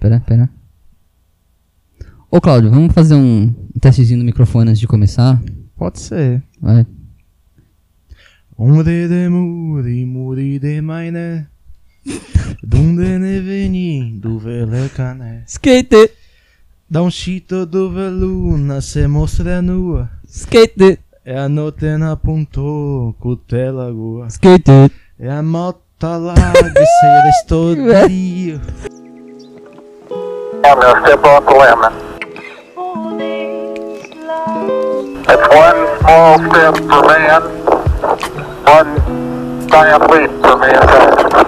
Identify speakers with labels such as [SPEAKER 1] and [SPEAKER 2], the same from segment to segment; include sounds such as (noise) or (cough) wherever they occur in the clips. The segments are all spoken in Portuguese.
[SPEAKER 1] Pera, pera. Ô, Cláudio, vamos fazer um testezinho no microfone antes de começar?
[SPEAKER 2] Pode ser.
[SPEAKER 1] Vai.
[SPEAKER 2] Onde demuri, muri de maine. Dunde ne veni, do vele cane.
[SPEAKER 1] Skate!
[SPEAKER 2] Da um chito do veluna, se mostra nua.
[SPEAKER 1] Skate!
[SPEAKER 2] É a noite na ponto, cutela lagoa.
[SPEAKER 1] Skate!
[SPEAKER 2] É a mota lá de ser
[SPEAKER 3] (laughs)
[SPEAKER 2] estodio.
[SPEAKER 4] Lambda, step off the lambda. It's one small step for man, one giant leap for mankind.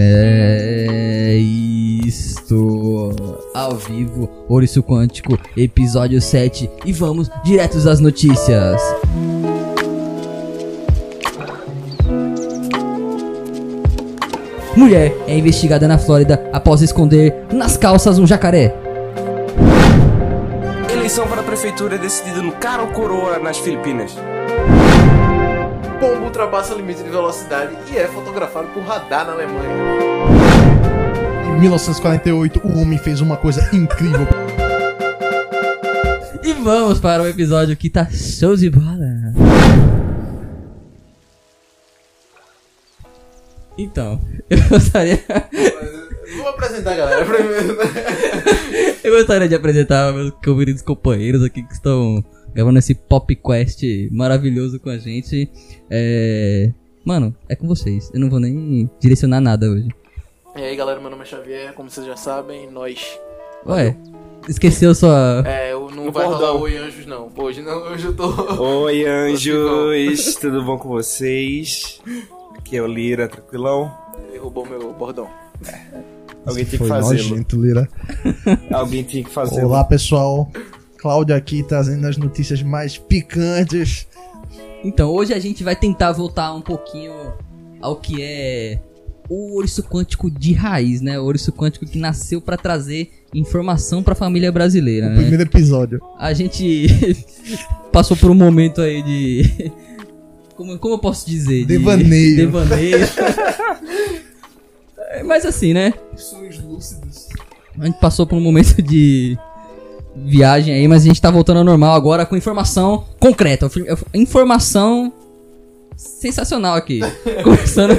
[SPEAKER 1] É isto. Ao vivo, Ouriço Quântico, episódio 7. E vamos diretos às notícias. Mulher é investigada na Flórida após esconder nas calças um jacaré.
[SPEAKER 5] Eleição para a prefeitura é decidida no cara ou coroa nas Filipinas.
[SPEAKER 6] pombo ultrapassa o limite de velocidade e é fotografado por radar na Alemanha.
[SPEAKER 3] Em 1948, o homem fez uma coisa incrível.
[SPEAKER 1] E vamos para o episódio que tá show de bola. Então, (laughs) eu gostaria,
[SPEAKER 6] Vou apresentar a galera primeiro, né?
[SPEAKER 1] eu gostaria de apresentar meus queridos companheiros aqui que estão gravando esse pop quest maravilhoso com a gente. É... Mano, é com vocês. Eu não vou nem direcionar nada hoje.
[SPEAKER 6] (laughs) E aí galera, meu nome é Xavier, como vocês já sabem, nós.
[SPEAKER 1] Ué, esqueceu sua.
[SPEAKER 6] É, eu não
[SPEAKER 5] No
[SPEAKER 6] vai
[SPEAKER 5] bordão.
[SPEAKER 6] rolar oi anjos não. Hoje não, hoje eu tô.
[SPEAKER 5] Oi, anjos, tudo bom com vocês? Aqui é o Lira, tranquilão.
[SPEAKER 6] Ele roubou meu bordão.
[SPEAKER 5] Alguém tinha que
[SPEAKER 3] Foi
[SPEAKER 5] fazê-lo.
[SPEAKER 3] nojento, Lira.
[SPEAKER 5] Alguém tinha que fazê-lo.
[SPEAKER 3] Olá, pessoal. Cláudio aqui trazendo as notícias mais picantes.
[SPEAKER 1] Então, hoje a gente vai tentar voltar um pouquinho ao que é o Ouriço Quântico de raiz, né? O Ouriço Quântico que nasceu pra trazer informação pra família brasileira,
[SPEAKER 3] O
[SPEAKER 1] né?
[SPEAKER 3] primeiro episódio.
[SPEAKER 1] A gente (laughs) passou por um momento aí de... (laughs) Como, como eu posso dizer? De-
[SPEAKER 3] Devaneio.
[SPEAKER 1] Devaneio. É, Mas assim, né?
[SPEAKER 6] Sonhos lúcidos.
[SPEAKER 1] A gente passou por um momento de viagem aí, mas a gente tá voltando ao normal agora com informação concreta. Informação sensacional aqui. Começando.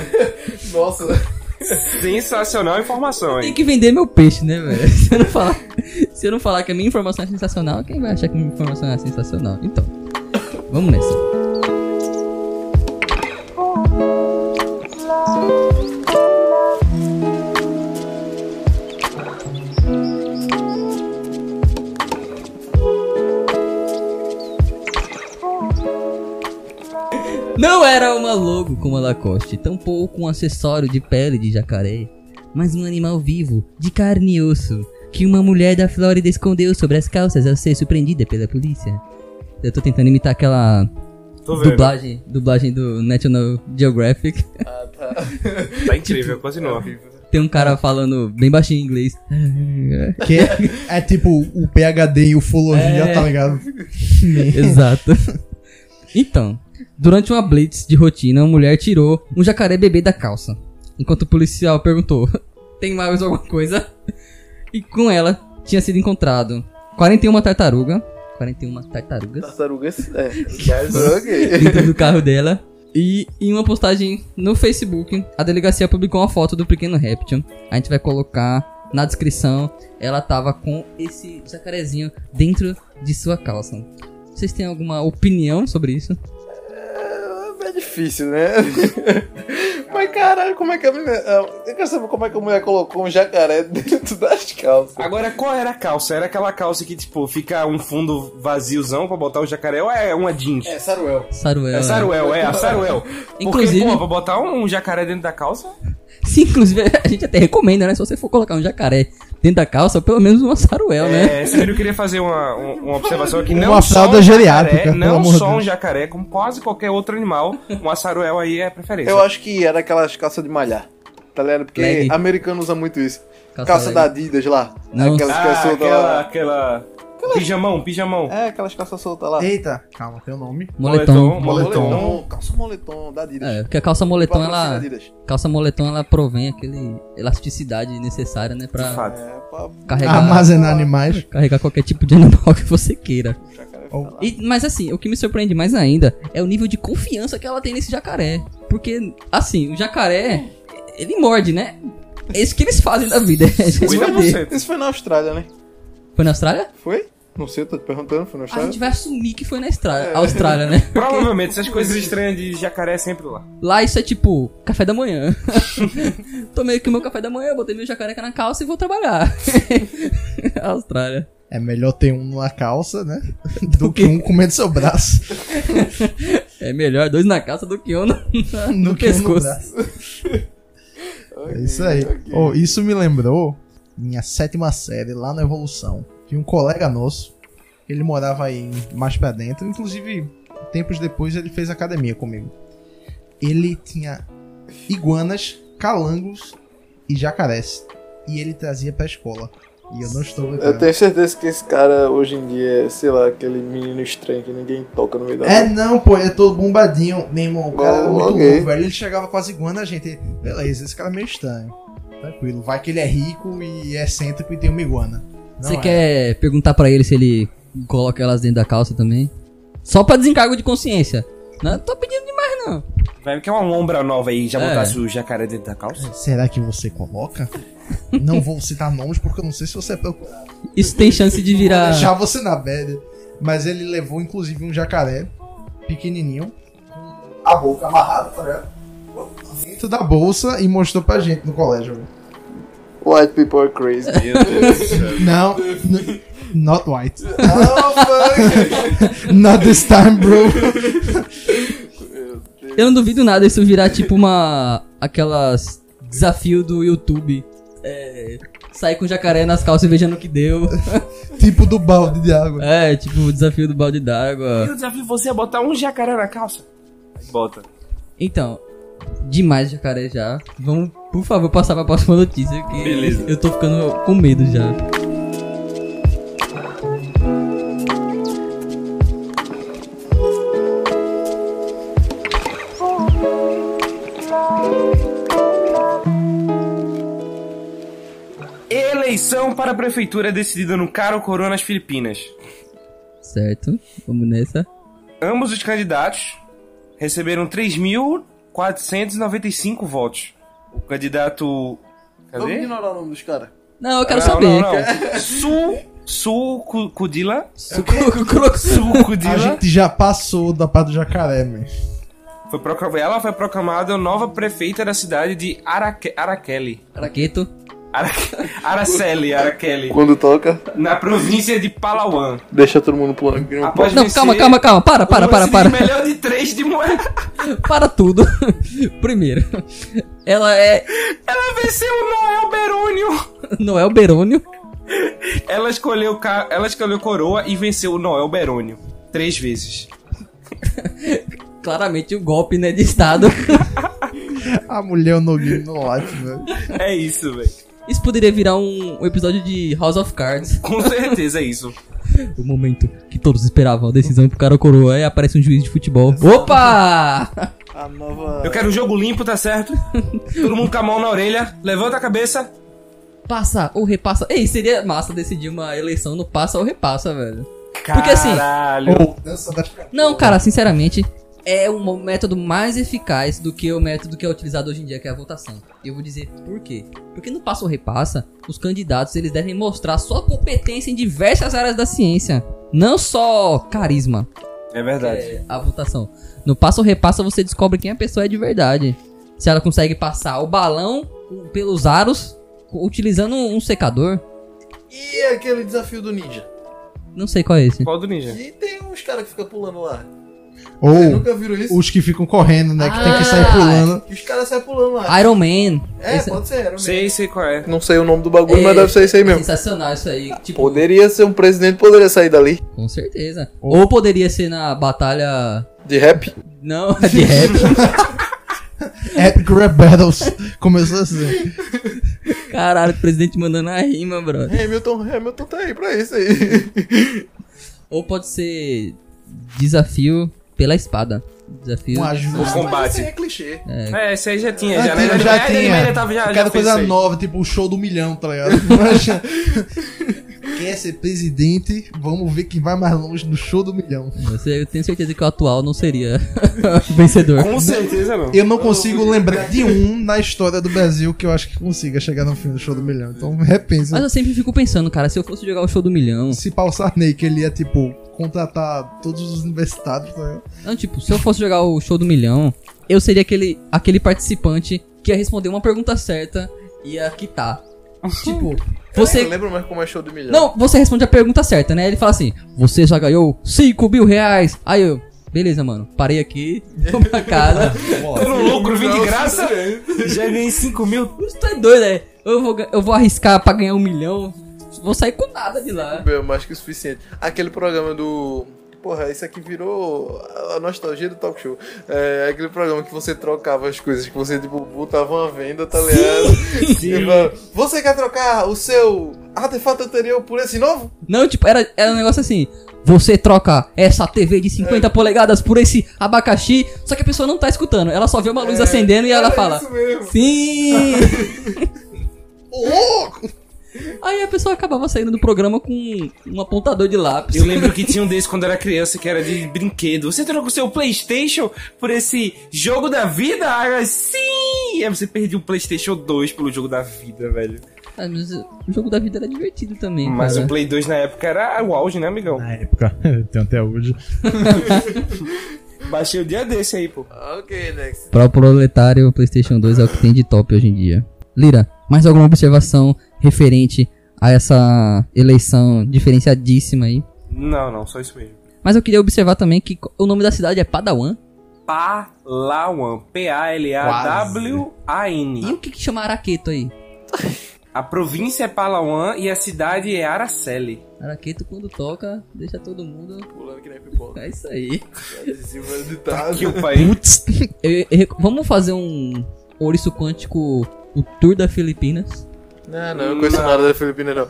[SPEAKER 6] Nossa,
[SPEAKER 5] Sensacional a informação,
[SPEAKER 1] Tem
[SPEAKER 5] hein?
[SPEAKER 1] que vender meu peixe, né, velho? (laughs) Se eu não falar, se eu não falar que a minha informação é sensacional, quem vai achar que a minha informação é sensacional? Então, vamos nessa. Não era uma logo como a Lacoste, tampouco um acessório de pele de jacaré, mas um animal vivo, de carne e osso, que uma mulher da Flórida escondeu sobre as calças ao ser surpreendida pela polícia. Eu tô tentando imitar aquela
[SPEAKER 5] Tô vendo.
[SPEAKER 1] dublagem, dublagem do National Geographic. (laughs)
[SPEAKER 6] Ah, (laughs)
[SPEAKER 5] Tá incrível, continua.
[SPEAKER 1] Tem um cara falando bem baixinho em inglês.
[SPEAKER 3] Que é tipo o PHD e ufologia,
[SPEAKER 1] É.
[SPEAKER 3] tá ligado?
[SPEAKER 1] (laughs) Exato. Então, durante uma blitz de rotina, uma mulher tirou um jacaré bebê da calça. Enquanto o policial perguntou: (laughs) Tem mais alguma coisa? E com ela tinha sido encontrado 41 tartaruga. 41 tartarugas.
[SPEAKER 6] tartarugas. É, tartaruga.
[SPEAKER 1] dentro do carro dela. E em uma postagem no Facebook, a delegacia publicou uma foto do pequeno réptil. A gente vai colocar na descrição. Ela tava com esse jacarezinho dentro de sua calça. Vocês têm alguma opinião sobre isso?
[SPEAKER 6] É difícil, né? (laughs) Mas caralho, como é que a mulher. Eu quero saber como é que a mulher colocou um jacaré (laughs) dentro das calças.
[SPEAKER 5] Agora, qual era a calça? Era aquela calça que, tipo, fica um fundo vaziozão pra botar o jacaré ou é uma jeans?
[SPEAKER 6] É, Saruel.
[SPEAKER 1] Saruel.
[SPEAKER 5] É Saruel, é, a Saruel.
[SPEAKER 1] Inclusive-
[SPEAKER 5] Porque, pô, pra botar um jacaré dentro da calça?
[SPEAKER 1] Sim, inclusive (laughs) a gente até recomenda, né? Se você for colocar um jacaré dentro da calça, pelo menos uma Saruel, né?
[SPEAKER 5] É, sério, eu queria fazer uma, um- uma observação aqui.
[SPEAKER 3] Uma
[SPEAKER 5] Não só
[SPEAKER 3] fralda
[SPEAKER 5] um jacaré,
[SPEAKER 3] geriátrica, pelo
[SPEAKER 5] Não
[SPEAKER 3] amor de
[SPEAKER 5] só um
[SPEAKER 3] Deus.
[SPEAKER 5] jacaré, como quase qualquer outro animal, um assaruel aí é preferência.
[SPEAKER 6] Eu acho que era aquelas calças de malhar. Tá ligado? Porque
[SPEAKER 1] Leg.
[SPEAKER 6] americano usa muito isso.
[SPEAKER 1] Calça
[SPEAKER 6] Calça
[SPEAKER 1] leg.
[SPEAKER 6] da Adidas lá.
[SPEAKER 1] Não.
[SPEAKER 6] Aquelas que é
[SPEAKER 5] ah,
[SPEAKER 6] solta
[SPEAKER 5] aquela,
[SPEAKER 6] lá.
[SPEAKER 5] aquela Pijamão, pijamão.
[SPEAKER 6] É, aquelas calças soltas lá.
[SPEAKER 3] Eita, calma, tem o nome.
[SPEAKER 1] Moletom.
[SPEAKER 5] Moletom.
[SPEAKER 6] Calça moletom da Adidas.
[SPEAKER 1] É, porque a calça moletom,
[SPEAKER 6] Patrocina
[SPEAKER 1] ela.
[SPEAKER 6] Adidas.
[SPEAKER 1] Calça moletom, ela provém aquele elasticidade necessária, né?
[SPEAKER 5] De
[SPEAKER 1] Pra
[SPEAKER 5] fato.
[SPEAKER 6] É, pra
[SPEAKER 1] carregar,
[SPEAKER 3] Armazenar animais.
[SPEAKER 1] carregar qualquer tipo de animal (laughs) que você queira.
[SPEAKER 6] jacaré
[SPEAKER 3] Ou-
[SPEAKER 6] falar.
[SPEAKER 1] E- mas assim, o que me surpreende mais ainda é o nível de confiança que ela tem nesse jacaré. Porque, assim, o jacaré, ele morde, né? É isso que eles fazem da
[SPEAKER 6] (laughs)
[SPEAKER 1] vida. Eles
[SPEAKER 5] Cuida
[SPEAKER 1] mordem.
[SPEAKER 5] você.
[SPEAKER 6] Isso foi na Austrália, né?
[SPEAKER 1] Foi na Austrália?
[SPEAKER 6] Foi? Não sei, tô te perguntando, foi na
[SPEAKER 1] A gente
[SPEAKER 6] Austrália? É.
[SPEAKER 1] vai assumir que foi na Austrália, Austrália né?
[SPEAKER 6] (laughs)
[SPEAKER 5] Provavelmente essas coisas estranhas de jacaré é sempre lá.
[SPEAKER 1] Lá isso é tipo, café da
[SPEAKER 6] (laughs)
[SPEAKER 1] manhã. Tomei aqui o meu café da manhã, botei meu jacareca na calça e vou
[SPEAKER 6] (laughs)
[SPEAKER 1] trabalhar. (laughs) Austrália.
[SPEAKER 3] É melhor ter um na calça, né? Do que um comendo seu braço.
[SPEAKER 1] É melhor dois na calça do que um no, (laughs) no
[SPEAKER 3] Do que um no
[SPEAKER 1] pescoço.
[SPEAKER 3] braço. É isso aí. Oh, isso me lembrou minha sétima série lá na Evolução. De um colega nosso. Ele morava aí mais pra dentro. Inclusive, tempos depois ele fez academia comigo. Ele tinha iguanas, calangos e jacarés. E ele trazia pra escola. E eu não estou
[SPEAKER 6] Eu
[SPEAKER 3] lembrando.
[SPEAKER 6] tenho certeza que esse cara hoje em dia é, sei lá, aquele menino estranho que ninguém toca no meio da
[SPEAKER 3] É não, pô, é todo bombadinho. Meu irmão, o cara era
[SPEAKER 6] Oh,
[SPEAKER 3] muito
[SPEAKER 6] ok.
[SPEAKER 3] louco, velho. Ele chegava quase iguana a gente. Beleza, esse cara é meio estranho. Tranquilo, vai que ele é rico e é excêntrico e tem uma iguana. Não
[SPEAKER 1] Você
[SPEAKER 3] é.
[SPEAKER 1] quer perguntar pra ele se ele coloca elas dentro da calça também? Só pra desencargo de consciência. Não tô pedindo demais, não.
[SPEAKER 5] Vai que é uma lombra nova aí, já
[SPEAKER 1] É.
[SPEAKER 5] botasse o jacaré dentro da calça.
[SPEAKER 3] Será que você coloca? não vou citar nomes porque eu não sei se você é procurar.
[SPEAKER 1] Isso tem chance de virar.
[SPEAKER 3] deixar você na bad. Mas ele levou inclusive um jacaré pequenininho, a boca amarrada, tá ligado? Dentro da bolsa e mostrou pra gente no colégio. velho.
[SPEAKER 6] White people are crazy.
[SPEAKER 3] Não, n- not white. (laughs)
[SPEAKER 6] oh,
[SPEAKER 3] Not this time, bro.
[SPEAKER 1] Eu não duvido nada isso virar tipo uma. aquelas. desafio do YouTube. É. Sair com jacaré nas calças e vejando o que deu.
[SPEAKER 3] tipo do balde de água.
[SPEAKER 1] É, tipo o desafio do balde d'água.
[SPEAKER 5] Eu desafio você a botar um jacaré na calça. Aí Bota.
[SPEAKER 1] Então, demais jacaré já. Vamos, por favor, passar pra próxima notícia. Que
[SPEAKER 5] Beleza.
[SPEAKER 1] Eu tô ficando com medo já.
[SPEAKER 5] Eleição para a prefeitura é decidida no Caro Corona nas Filipinas.
[SPEAKER 1] Certo, vamos nessa.
[SPEAKER 5] Ambos os candidatos receberam 3.495 votos. O candidato.
[SPEAKER 6] Vamos
[SPEAKER 5] Cadê?
[SPEAKER 6] ignorar o nome dos caras.
[SPEAKER 1] Não, eu quero
[SPEAKER 5] não,
[SPEAKER 1] saber.
[SPEAKER 5] Não, não. Su. Su. Cu- Kudila.
[SPEAKER 1] Suco- (laughs) croco-
[SPEAKER 5] Su.
[SPEAKER 3] A
[SPEAKER 5] Kudila.
[SPEAKER 3] gente já passou da parte do jacaré, man.
[SPEAKER 5] Foi proclam- Ela foi proclamada nova prefeita da cidade de Araque... Araquele.
[SPEAKER 1] Craqueto.
[SPEAKER 5] Araque... Araceli, Araquele.
[SPEAKER 6] Quando toca,
[SPEAKER 5] Na província de Palawan.
[SPEAKER 6] deixa todo mundo pulando.
[SPEAKER 5] Após
[SPEAKER 1] Não,
[SPEAKER 5] vencer,
[SPEAKER 1] calma, calma, calma. Para, para,
[SPEAKER 5] o
[SPEAKER 1] para,
[SPEAKER 5] lance
[SPEAKER 1] para.
[SPEAKER 5] de Melhor de três de moeda.
[SPEAKER 1] (laughs) Para tudo. (laughs) Primeiro, ela é
[SPEAKER 5] Ela venceu o Noel Berônio.
[SPEAKER 1] Noel é Berônio.
[SPEAKER 5] Ela escolheu, ca- ela escolheu coroa e venceu o Noel Berônio. Três vezes.
[SPEAKER 1] Claramente o golpe, né, de estado. (laughs)
[SPEAKER 3] A mulher no game no life, velho.
[SPEAKER 5] É isso, velho.
[SPEAKER 1] Isso poderia virar um, um episódio de House of Cards.
[SPEAKER 5] Com certeza é isso.
[SPEAKER 1] O momento que todos esperavam, a decisão pro cara ou coroa, aí aparece um juiz de futebol. Opa!
[SPEAKER 6] A nova.
[SPEAKER 5] Eu quero um jogo limpo, tá certo? Todo mundo com a mão na orelha. Levanta a cabeça.
[SPEAKER 1] Passa ou repassa. Ei, seria massa decidir uma eleição no passa ou repassa, velho. Porque assim-
[SPEAKER 5] Caralho.
[SPEAKER 3] Ou dança das
[SPEAKER 1] Não, cara, sinceramente, é um método mais eficaz do que o método que é utilizado hoje em dia, que é a votação. E eu vou dizer por quê. Porque no passo ou repassa, os candidatos eles devem mostrar sua competência em diversas áreas da ciência. Não só carisma,
[SPEAKER 5] É verdade.
[SPEAKER 1] é, a votação. No passo ou repassa, você descobre quem a pessoa é de verdade. Se ela consegue passar o balão pelos aros utilizando um secador.
[SPEAKER 6] E aquele desafio do ninja?
[SPEAKER 1] Não sei qual é esse.
[SPEAKER 5] Qual do ninja?
[SPEAKER 6] E tem uns caras que ficam pulando lá. Vocês
[SPEAKER 3] Ou
[SPEAKER 6] nunca viram isso?
[SPEAKER 3] os que ficam correndo, né? Que tem
[SPEAKER 1] Ah,
[SPEAKER 3] que sair pulando.
[SPEAKER 6] E os caras saem pulando lá.
[SPEAKER 1] Iron Man.
[SPEAKER 6] é,
[SPEAKER 1] Esse-
[SPEAKER 6] pode ser. era mesmo.
[SPEAKER 5] Sei, sei qual é.
[SPEAKER 6] Não sei o nome do bagulho,
[SPEAKER 1] É,
[SPEAKER 6] mas deve ser isso aí mesmo.
[SPEAKER 1] Sensacional isso aí. Tipo,
[SPEAKER 6] Poderia ser um presidente, poderia sair dali.
[SPEAKER 1] Com certeza. Ou poderia ser na batalha.
[SPEAKER 6] De rap.
[SPEAKER 1] Não, (laughs) de rap.
[SPEAKER 3] Epic Rap Battles. Começou assim.
[SPEAKER 1] Caralho, o presidente mandando a rima, brother.
[SPEAKER 6] Hamilton, Hamilton tá aí pra isso aí.
[SPEAKER 1] Ou pode ser desafio pela espada. Desafio.
[SPEAKER 3] Um ajuste.
[SPEAKER 5] O combate.
[SPEAKER 6] Mas isso aí é clichê.
[SPEAKER 5] É, esse aí já tinha,
[SPEAKER 3] Ah,
[SPEAKER 5] já,
[SPEAKER 3] tem,
[SPEAKER 5] né?
[SPEAKER 3] já
[SPEAKER 5] É, ele
[SPEAKER 3] tinha.
[SPEAKER 5] ainda tava- já-
[SPEAKER 3] Eu
[SPEAKER 5] já
[SPEAKER 3] quero
[SPEAKER 5] fez
[SPEAKER 3] coisa
[SPEAKER 5] isso aí.
[SPEAKER 3] nova, tipo o show do milhão, tá ligado? Manja. Quer ser presidente? Vamos ver quem vai mais longe no show do milhão.
[SPEAKER 1] Você- Eu tenho certeza que o atual não seria (laughs) vencedor.
[SPEAKER 5] Com certeza não.
[SPEAKER 3] Eu não consigo lembrar de um na história do Brasil que eu acho que consiga chegar no fim do show do milhão. Então
[SPEAKER 1] Mas
[SPEAKER 3] repensa.
[SPEAKER 1] eu sempre fico pensando, cara, se eu fosse jogar o show do milhão.
[SPEAKER 3] Se pau Sarney, que ele ia, tipo, contratar todos os universitários, tá ligado?
[SPEAKER 1] Não, tipo, se eu fosse jogar o show do milhão, eu seria aquele, aquele participante que ia responder uma pergunta certa e ia (laughs) quitar. tipo,
[SPEAKER 6] Eu não
[SPEAKER 1] você.
[SPEAKER 6] lembro mais como é show do milhão.
[SPEAKER 1] Não, você responde a pergunta certa, né? Ele fala assim: você já ganhou 5 mil reais. Aí eu, beleza, mano, parei aqui, (laughs) vou pra
[SPEAKER 6] (laughs)
[SPEAKER 1] casa.
[SPEAKER 5] Tô no lucro, vim de graça. Já ganhei 5 mil.
[SPEAKER 1] Você tá doido, né? Eu vou, ga- eu vou arriscar pra ganhar um milhão. Vou sair com nada de lá.
[SPEAKER 6] Meu, mais que o suficiente. Aquele programa do. Porra, isso aqui virou a nostalgia do talk show. É aquele programa que você trocava as coisas, que você, tipo, botava uma venda, tá ligado? Tipo, você quer trocar o seu artefato anterior por esse novo?
[SPEAKER 1] Não, tipo, era, era um negócio assim. Você troca essa TV de 50
[SPEAKER 6] É.
[SPEAKER 1] polegadas por esse abacaxi, só que a pessoa não tá escutando. Ela só vê uma luz acendendo e ela
[SPEAKER 6] Era
[SPEAKER 1] fala:
[SPEAKER 6] É, Isso mesmo. (laughs)
[SPEAKER 1] Sim!
[SPEAKER 3] Louco!
[SPEAKER 1] Aí a pessoa acabava saindo do programa com um apontador de lápis.
[SPEAKER 5] Eu lembro que tinha um desse quando era criança, que era de brinquedo. Você troca o seu Playstation por esse jogo da vida? Ah, sim! E aí você perdeu o Playstation 2 pelo jogo da vida, velho.
[SPEAKER 1] Ah, mas O jogo da vida era divertido também.
[SPEAKER 5] Mas
[SPEAKER 1] cara.
[SPEAKER 5] o Play 2 na época era o auge, né, amigão?
[SPEAKER 3] Na época, (laughs) tem até hoje.
[SPEAKER 5] Baixei o dia desse aí, pô.
[SPEAKER 6] Ok, next.
[SPEAKER 1] Para o proletário, o PlayStation 2 é o que tem de top hoje em dia. Lira, mais alguma observação referente a essa eleição diferenciadíssima aí?
[SPEAKER 5] Não, não, só isso mesmo.
[SPEAKER 1] Mas eu queria observar também que co- o nome da cidade é Padawan.
[SPEAKER 5] Palawan.
[SPEAKER 1] E
[SPEAKER 5] P-A-L-A-W-A-N.
[SPEAKER 1] o que, que chama Araqueto aí?
[SPEAKER 5] A província é Palawan e a cidade é Araceli.
[SPEAKER 1] Araqueto, quando toca, deixa todo mundo.
[SPEAKER 6] Pulando que nem pipoca.
[SPEAKER 1] É isso aí.
[SPEAKER 6] (laughs) Adesivo editado.
[SPEAKER 5] Que o país.
[SPEAKER 3] Putz,
[SPEAKER 1] Eu- eu reco- vamos fazer um ouriço quântico, o Tour da Filipinas.
[SPEAKER 6] Não, não, eu conheço nada da Filipina, não.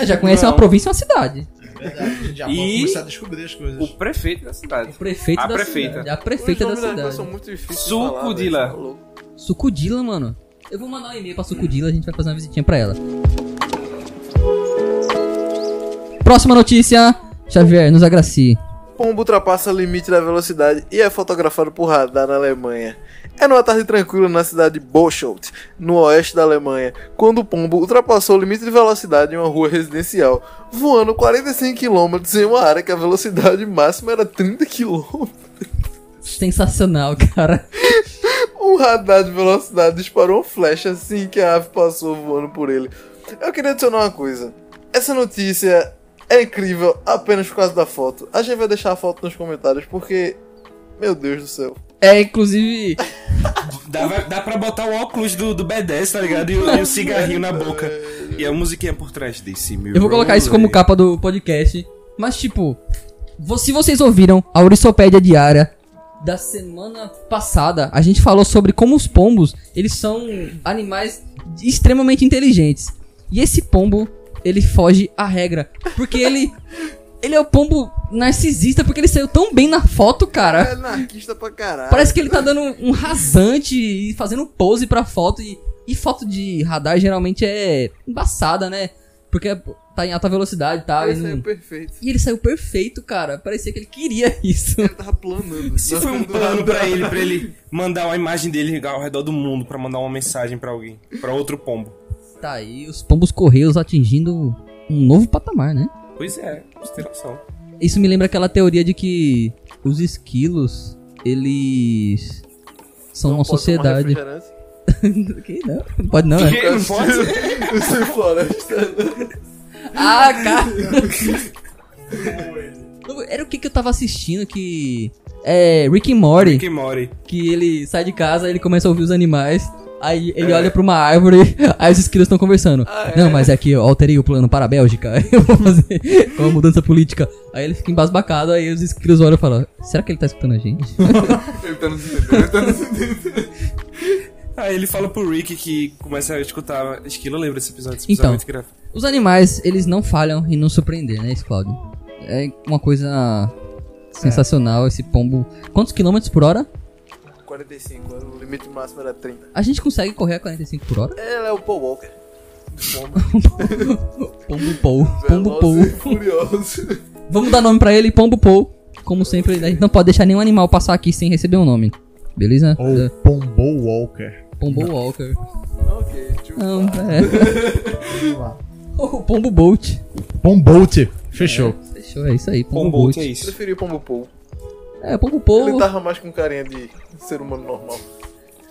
[SPEAKER 1] Eu já conhece
[SPEAKER 5] Não.
[SPEAKER 1] uma província e uma cidade.
[SPEAKER 3] Verdade, já
[SPEAKER 5] E-
[SPEAKER 3] pode começar a descobrir as
[SPEAKER 5] O
[SPEAKER 3] coisas.
[SPEAKER 5] prefeito da cidade.
[SPEAKER 1] O prefeito
[SPEAKER 5] A
[SPEAKER 1] da
[SPEAKER 5] prefeita.
[SPEAKER 1] cidade. A
[SPEAKER 6] Os
[SPEAKER 1] prefeita da
[SPEAKER 6] nomes das coisas
[SPEAKER 1] cidade.
[SPEAKER 6] são muito difíceis.
[SPEAKER 5] Suco
[SPEAKER 6] de falar,
[SPEAKER 5] de
[SPEAKER 6] velho,
[SPEAKER 5] lá.
[SPEAKER 6] tá louco.
[SPEAKER 1] Sucudila, mano. Eu vou mandar um e-mail pra Sucudila, a gente vai fazer uma visitinha pra ela. Próxima notícia. Xavier, nos agracie.
[SPEAKER 6] Pombo ultrapassa o limite da velocidade e é fotografado por radar na Alemanha. É numa tarde tranquila na cidade de Bocholt, no oeste da Alemanha, quando o pombo ultrapassou o limite de velocidade em uma rua residencial, voando 45 km em uma área que a velocidade máxima era 30 km.
[SPEAKER 1] Sensacional, (laughs) cara.
[SPEAKER 6] Um radar de velocidade disparou uma flecha assim que a ave passou voando por ele. Eu queria adicionar uma coisa. Essa notícia é incrível apenas por causa da foto. A gente vai deixar a foto nos comentários porque. Meu Deus do céu.
[SPEAKER 1] É, inclusive,
[SPEAKER 5] Dá, vai- dá pra botar o óculos do, do B10, tá ligado? E o, e o cigarrinho na boca. E a musiquinha por trás desse meu.
[SPEAKER 1] eu vou colocar isso como capa do podcast. Mas, tipo, vo- se vocês ouviram a Ourissopédia Diária da semana passada, a gente falou sobre como os pombos, eles são animais extremamente inteligentes. E esse pombo, ele foge à regra. Porque ele. Ele é o pombo narcisista, porque ele saiu tão bem na foto,
[SPEAKER 6] É
[SPEAKER 1] cara.
[SPEAKER 6] anarquista pra caralho.
[SPEAKER 1] Parece que ele tá dando um rasante e fazendo pose pra foto. E, e foto de radar geralmente é embaçada, né? Porque tá em alta velocidade e tal. E,
[SPEAKER 6] Esse aí é
[SPEAKER 1] não-
[SPEAKER 6] perfeito.
[SPEAKER 1] e ele saiu perfeito, cara. Parecia que ele queria (laughs) isso.
[SPEAKER 6] Ele tava planando.
[SPEAKER 5] Se foi um plano pra ele, pra ele mandar uma imagem dele ao redor do mundo, pra mandar uma mensagem pra alguém, pra outro pombo.
[SPEAKER 1] Tá aí os pombos correios atingindo um novo patamar, né?
[SPEAKER 5] Pois é, consideração.
[SPEAKER 1] Isso me lembra aquela teoria de que os esquilos, eles são uma (laughs) sociedade. (laughs) Que não? Não Pode não, é?
[SPEAKER 5] Não pode?
[SPEAKER 6] Eu sei floresta. (laughs)
[SPEAKER 1] Ah, cara! Era o que que eu tava assistindo que. É. Rick and Morty,
[SPEAKER 5] Rick and Morty.
[SPEAKER 1] que ele sai de casa, ele começa a ouvir os animais. Aí ele olha pra uma árvore, (laughs) aí os esquilos estão conversando.
[SPEAKER 6] Ah, é.
[SPEAKER 1] Não, mas é que eu alterei o plano para a Bélgica, (laughs) eu vou fazer uma mudança política. Aí ele fica embasbacado, aí os esquilos olham e (laughs) falam, será que ele tá escutando a gente?
[SPEAKER 6] Ele tá nos entendendo. ele tá nos entendendo.
[SPEAKER 5] Aí Ah, ele fala pro Rick que começa a escutar esquilo. Eu lembro desse episódio. Esse episódio
[SPEAKER 1] Então.
[SPEAKER 5] é muito engraçado.
[SPEAKER 1] Os animais, eles não falham em nos surpreender, né, esse Cláudio? É uma coisa É. sensacional esse pombo. Quantos quilômetros por hora?
[SPEAKER 6] 45, o limite máximo era 30.
[SPEAKER 1] A gente consegue correr a 45 por hora?
[SPEAKER 6] Ele é o Paul Walker. Do pombo.
[SPEAKER 1] Pombo Pou. Pombo Pou.
[SPEAKER 6] Veloz e Furioso. (laughs)
[SPEAKER 1] Vamos dar nome pra ele, Pombo Pou. Como sempre, a gente não pode deixar nenhum animal passar aqui sem receber um nome. Beleza?
[SPEAKER 3] Ou
[SPEAKER 1] É,
[SPEAKER 3] Pombo Walker.
[SPEAKER 1] Pombo Walker.
[SPEAKER 6] ok, tipo,
[SPEAKER 1] Não, é. (laughs)
[SPEAKER 3] Vamos lá.
[SPEAKER 1] Ou Pombo Bolt.
[SPEAKER 3] Pombolt. Fechou.
[SPEAKER 1] Fechou, é isso aí. Pombo
[SPEAKER 5] Pombolt
[SPEAKER 1] Bolt.
[SPEAKER 5] é isso.
[SPEAKER 6] preferi o pombo Paul.
[SPEAKER 1] É, Pombo Pou.
[SPEAKER 6] Ele tava mais com carinha de ser humano normal.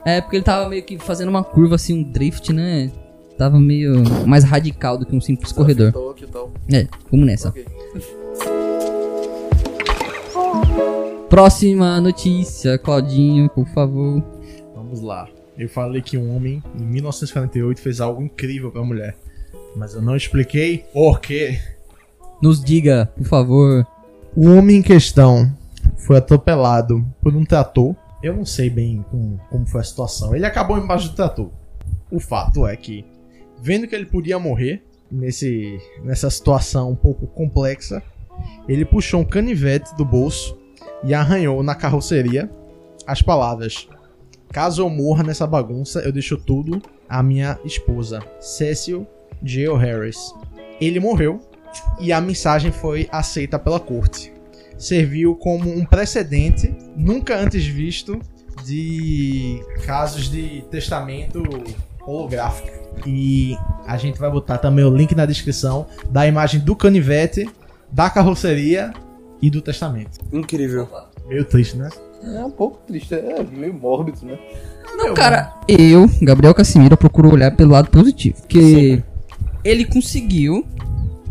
[SPEAKER 1] É, porque ele tava meio que fazendo uma curva assim, um drift, né? Tava meio mais radical do que um simples corredor.
[SPEAKER 6] Tóquio e tal.
[SPEAKER 1] É, vamos nessa.
[SPEAKER 6] Ok.
[SPEAKER 1] Próxima notícia, Claudinho, por favor.
[SPEAKER 3] Vamos lá. Eu falei que um homem, em 1948, fez algo incrível pra mulher. Mas eu não expliquei por quê.
[SPEAKER 1] Nos diga, por favor.
[SPEAKER 3] O homem em questão foi atropelado por um trator. Eu não sei bem com- como foi a situação. Ele acabou embaixo do trator. O fato é que, vendo que ele podia morrer nesse, nessa situação um pouco complexa, ele puxou um canivete do bolso e arranhou na carroceria as palavras: Caso eu morra nessa bagunça, eu deixo tudo à minha esposa, Cecil Gale Harris. Ele morreu e a mensagem foi aceita pela corte. Serviu como um precedente nunca antes visto de casos de testamento holográfico. E a gente vai botar também o link na descrição da imagem do canivete, da carroceria e do testamento.
[SPEAKER 5] Incrível.
[SPEAKER 3] Meio triste, né?
[SPEAKER 6] É um pouco triste, é meio mórbido, né?
[SPEAKER 1] Não, cara, eu, Gabriel Casimiro, procuro olhar pelo lado positivo. Porque ele conseguiu,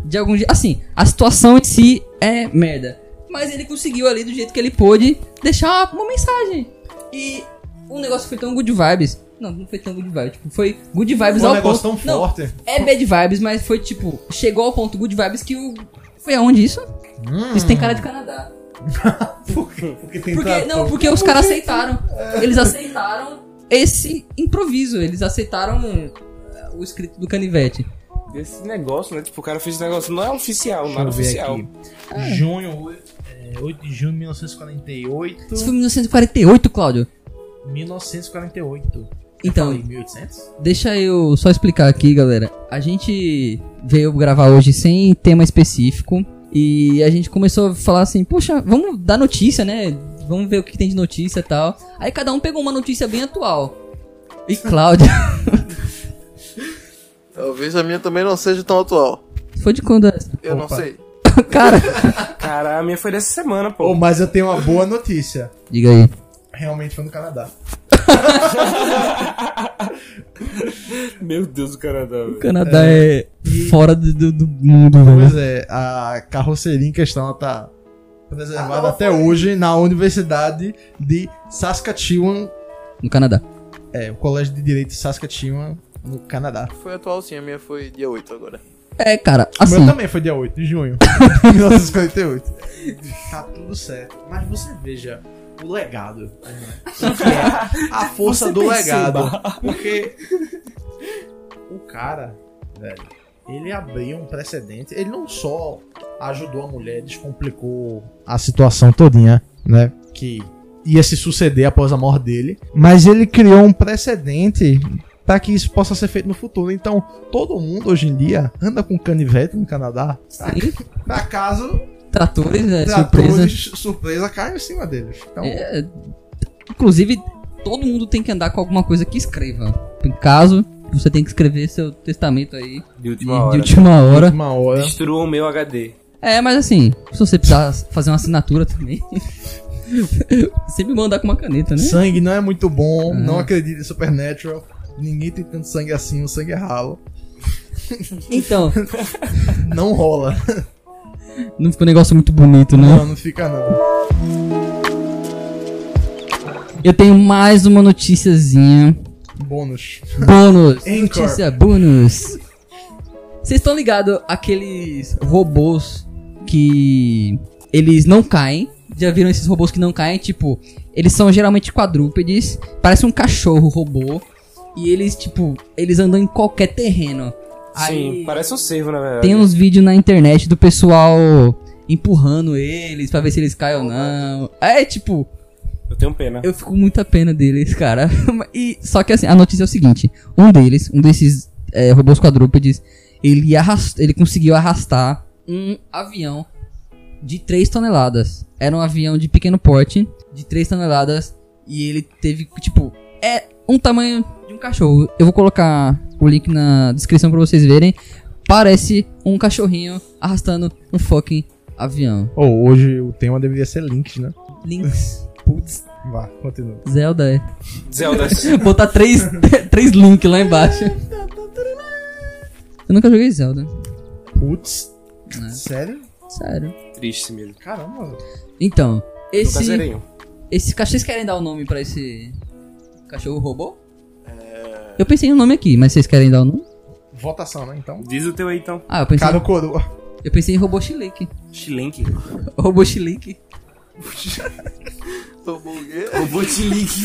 [SPEAKER 1] de algum jeito. Assim, a situação em si é merda. Mas ele conseguiu ali do jeito que ele pôde deixar uma mensagem. E o negócio foi tão good vibes. Não, não foi tão good vibes. Tipo, foi good vibes
[SPEAKER 3] Foi um
[SPEAKER 1] ao
[SPEAKER 3] negócio
[SPEAKER 1] ponto.
[SPEAKER 3] tão
[SPEAKER 1] Não,
[SPEAKER 3] forte.
[SPEAKER 1] É bad vibes, mas foi tipo, chegou ao ponto good vibes que o. Foi aonde isso?
[SPEAKER 3] Hum.
[SPEAKER 1] Isso tem cara de Canadá.
[SPEAKER 3] (laughs) Por quê? Porque tem
[SPEAKER 1] Porque,
[SPEAKER 3] trator. É.
[SPEAKER 1] não, porque os caras aceitaram. Eles aceitaram esse improviso, eles aceitaram eh, o escrito do canivete.
[SPEAKER 5] Esse negócio, né? Tipo, o cara fez esse negócio. Não é oficial,
[SPEAKER 3] Deixa
[SPEAKER 5] nada
[SPEAKER 3] eu ver
[SPEAKER 5] oficial.
[SPEAKER 3] aqui. Junho, é, 8 de junho de 1948.
[SPEAKER 1] Isso foi em 1948, Cláudio.
[SPEAKER 3] 1948.
[SPEAKER 1] Então,
[SPEAKER 3] Falei 1800?
[SPEAKER 1] Deixa eu só explicar aqui, galera. A gente veio gravar hoje sem tema específico e a gente começou a falar assim: "Poxa, vamos dar notícia, né? Vamos ver o que tem de notícia e tal". Aí cada um pegou uma notícia bem atual. E Cláudio, (laughs)
[SPEAKER 6] Talvez a minha também não seja tão atual.
[SPEAKER 1] foi de quando é essa? (laughs)
[SPEAKER 6] Eu
[SPEAKER 3] Opa.
[SPEAKER 6] não sei.
[SPEAKER 1] Cara,
[SPEAKER 5] Cara, a minha foi dessa semana,
[SPEAKER 3] Pô,
[SPEAKER 5] pô.
[SPEAKER 3] mas eu tenho uma boa notícia.
[SPEAKER 1] diga aí.
[SPEAKER 3] Realmente foi no Canadá.
[SPEAKER 5] Oh, Meu Deus tá- do Canadá,
[SPEAKER 1] O
[SPEAKER 5] velho.
[SPEAKER 1] Canadá é, fora do, do- do mundo, velho.
[SPEAKER 3] Pois é, a carroceria em questão ela tá preservada
[SPEAKER 6] Ah,
[SPEAKER 3] até hoje na Universidade de Saskatchewan.
[SPEAKER 1] No Canadá.
[SPEAKER 3] É, o Colégio de Direito de Saskatchewan, no Canadá.
[SPEAKER 6] Foi atual sim, a minha foi dia 8 agora.
[SPEAKER 1] É, cara,
[SPEAKER 3] O
[SPEAKER 1] assim,
[SPEAKER 3] meu também foi dia 8 de junho (laughs) de 1948. Tá tudo certo. Mas você veja o legado. né? (laughs) O que é a força
[SPEAKER 5] Você
[SPEAKER 3] do
[SPEAKER 5] perceba.
[SPEAKER 3] legado. Porque o cara, velho, ele abriu um precedente. Ele não só ajudou a mulher, descomplicou a situação todinha, né? Que ia se suceder após a morte dele. Mas ele criou um precedente para que isso possa ser feito no futuro. Então, todo mundo hoje em dia anda com canivete no Canadá.
[SPEAKER 1] sim,
[SPEAKER 3] Pra caso
[SPEAKER 1] tratores, é, surpresa.
[SPEAKER 3] tratores surpresa. surpresa caem em cima deles. Então,
[SPEAKER 1] É, inclusive, todo mundo tem que andar com alguma coisa que escreva. Em caso, você tem que escrever seu testamento aí
[SPEAKER 5] De
[SPEAKER 1] de,
[SPEAKER 5] última hora.
[SPEAKER 1] de última hora.
[SPEAKER 3] uma hora.
[SPEAKER 5] Destruam o meu HD.
[SPEAKER 1] É, mas assim, se você precisar fazer uma assinatura também, (laughs) sempre bom andar com uma caneta, né?
[SPEAKER 3] Sangue não é muito bom,
[SPEAKER 1] Uhum.
[SPEAKER 3] não acredite em Supernatural. Ninguém tem tanto sangue assim, o sangue é ralo.
[SPEAKER 1] Então,
[SPEAKER 3] Não
[SPEAKER 1] (laughs)
[SPEAKER 3] rola.
[SPEAKER 1] não ficou um negócio muito bonito, né?
[SPEAKER 3] Não, não fica não.
[SPEAKER 1] Eu tenho mais uma noticiazinha.
[SPEAKER 3] Bônus.
[SPEAKER 1] Bônus!
[SPEAKER 3] Anchor.
[SPEAKER 1] Notícia bônus! Vocês estão ligados aqueles robôs que eles não caem? Já viram esses robôs que não caem? Tipo, eles são geralmente quadrúpedes, parece um cachorro robô. E eles, tipo, eles andam em qualquer terreno.
[SPEAKER 5] Sim,
[SPEAKER 1] Aí
[SPEAKER 5] parece um cervo, na verdade.
[SPEAKER 1] tem uns vídeos na internet do pessoal empurrando eles pra ver se eles caem ou não. É, tipo,
[SPEAKER 5] Eu tenho pena.
[SPEAKER 1] eu fico com muita pena deles, cara. (laughs) E, só que assim, a notícia é o seguinte: um deles, um desses é, robôs quadrúpedes, ele, arrast... ele conseguiu arrastar um avião de 3 toneladas. Era um avião de pequeno porte, de 3 toneladas, e ele teve, tipo, é um tamanho de um cachorro. Eu vou colocar o link na descrição pra vocês verem. Parece um cachorrinho arrastando um fucking avião.
[SPEAKER 3] Ou Oh, hoje o tema deveria ser links, né?
[SPEAKER 1] Links. Putz,
[SPEAKER 3] Vá, continua.
[SPEAKER 1] Zelda é.
[SPEAKER 5] Zelda.
[SPEAKER 1] (laughs) Botar três, três Link lá embaixo. Eu nunca joguei Zelda.
[SPEAKER 3] Putz.
[SPEAKER 1] Né?
[SPEAKER 3] Sério?
[SPEAKER 1] Sério.
[SPEAKER 5] Triste mesmo.
[SPEAKER 3] Caramba.
[SPEAKER 1] Então,
[SPEAKER 5] Nunca
[SPEAKER 1] esse.
[SPEAKER 5] zerei um.
[SPEAKER 1] Esse cachorro. Vocês querem dar o nome pra esse. Cachorro robô?
[SPEAKER 5] É.
[SPEAKER 1] Eu pensei no nome aqui, mas vocês querem dar o nome?
[SPEAKER 3] Votação, né? Então.
[SPEAKER 5] Diz o teu aí, então.
[SPEAKER 1] Ah, eu pensei.
[SPEAKER 3] Cara ou coroa.
[SPEAKER 1] Eu pensei em robô Chilique.
[SPEAKER 5] Chilenque.
[SPEAKER 1] Robô (laughs) Chilique.
[SPEAKER 6] Tomou o quê?
[SPEAKER 5] Robô (laughs) Chilique.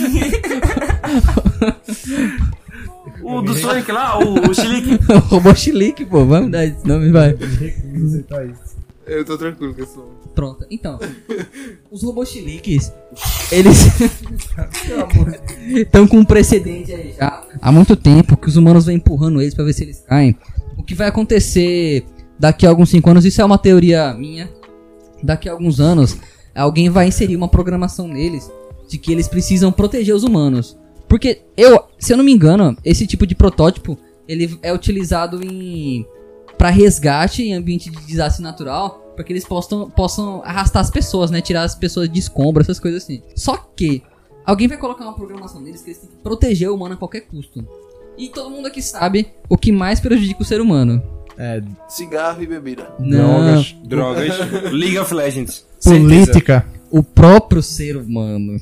[SPEAKER 5] o do Sonic lá, o, o Chilique.
[SPEAKER 1] robô Chilique, pô. Vamos dar esse nome, vai.
[SPEAKER 6] Eu tô tranquilo com esse nome.
[SPEAKER 1] Pronto. Então, os robôs chiliques, eles estão (laughs) com um precedente aí já. Há muito tempo que os humanos vêm empurrando eles pra ver se eles caem. O que vai acontecer daqui a alguns 5 anos, isso é uma teoria minha. Daqui a alguns anos, alguém vai inserir uma programação neles de que eles precisam proteger os humanos. Porque eu, se eu não me engano, esse tipo de protótipo, ele é utilizado em para resgate em ambiente de desastre natural, para que eles possam, possam arrastar as pessoas, né? Tirar as pessoas de escombro, essas coisas assim. Só que alguém vai colocar uma programação neles que eles têm que proteger o humano a qualquer custo. E todo mundo aqui sabe o que mais prejudica o ser humano.
[SPEAKER 3] É,
[SPEAKER 6] Cigarro e bebida.
[SPEAKER 1] Não,
[SPEAKER 3] drogas.
[SPEAKER 5] Drogas. League of Legends. Certeza.
[SPEAKER 3] Política.
[SPEAKER 1] o próprio ser humano.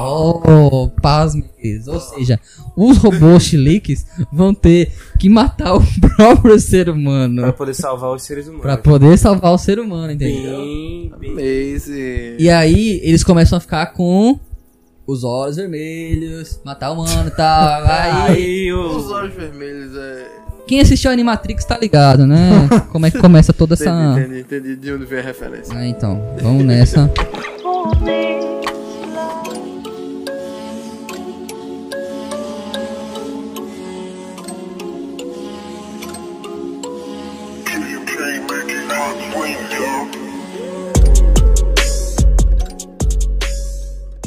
[SPEAKER 1] Oh, pasmes. Ou seja, os robôs chiliques vão ter que matar o (laughs) próprio ser
[SPEAKER 5] Pra
[SPEAKER 1] humano
[SPEAKER 5] poder salvar os seres humanos.
[SPEAKER 1] para poder salvar o ser humano, entendeu?
[SPEAKER 5] Bem, bem.
[SPEAKER 6] Esse.
[SPEAKER 1] E aí eles começam a ficar com os olhos vermelhos, matar humano e tal. Aí,
[SPEAKER 5] Aí,
[SPEAKER 6] Os
[SPEAKER 5] o...
[SPEAKER 6] olhos vermelhos é.
[SPEAKER 1] quem assistiu Animatrix tá ligado, né? Como é que começa toda
[SPEAKER 6] Entendi,
[SPEAKER 1] essa.
[SPEAKER 6] entendi, entendi de onde vem a referência.
[SPEAKER 1] Ah, então, vamos nessa.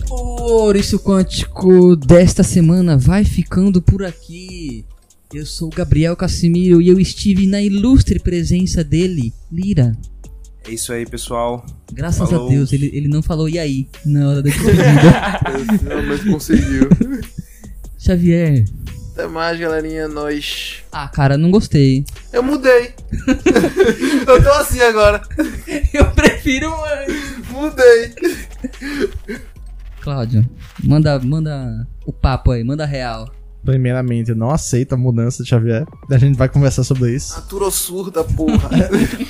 [SPEAKER 1] O Ouriço Quântico desta semana vai ficando por aqui. Eu sou o Gabriel Cassimiro e eu estive na ilustre presença dele, Lira.
[SPEAKER 5] É isso aí, pessoal.
[SPEAKER 1] Graças
[SPEAKER 5] Falou.
[SPEAKER 1] a Deus, ele, ele não falou e aí na hora da despedida.
[SPEAKER 6] Eu finalmente conseguiu.
[SPEAKER 1] Xavier.
[SPEAKER 6] Até mais, galerinha. Nós.
[SPEAKER 1] Ah, cara, não gostei.
[SPEAKER 6] Eu mudei. (laughs) eu tô assim agora.
[SPEAKER 1] Eu prefiro.
[SPEAKER 6] Mudei.
[SPEAKER 1] Cláudio, manda, manda o papo aí, manda real.
[SPEAKER 3] Primeiramente, eu não aceito a mudança de Xavier. A gente vai conversar sobre isso.
[SPEAKER 6] Natura surda, porra.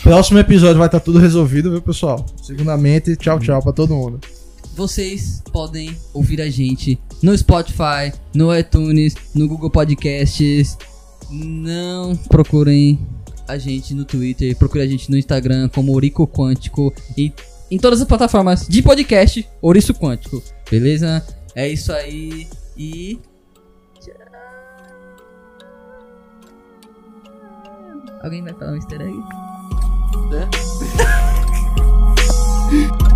[SPEAKER 3] Próximo episódio vai estar tudo resolvido, viu, pessoal? Segundamente, tchau, tchau pra todo mundo.
[SPEAKER 1] Vocês podem ouvir a gente no Spotify, no iTunes, no Google Podcasts. Não procurem a gente no Twitter, procurem a gente no Instagram como Ourico Quântico e em todas as plataformas de podcast, Ouriço Quântico. Beleza? É isso aí e tchau. Alguém vai falar um easter egg?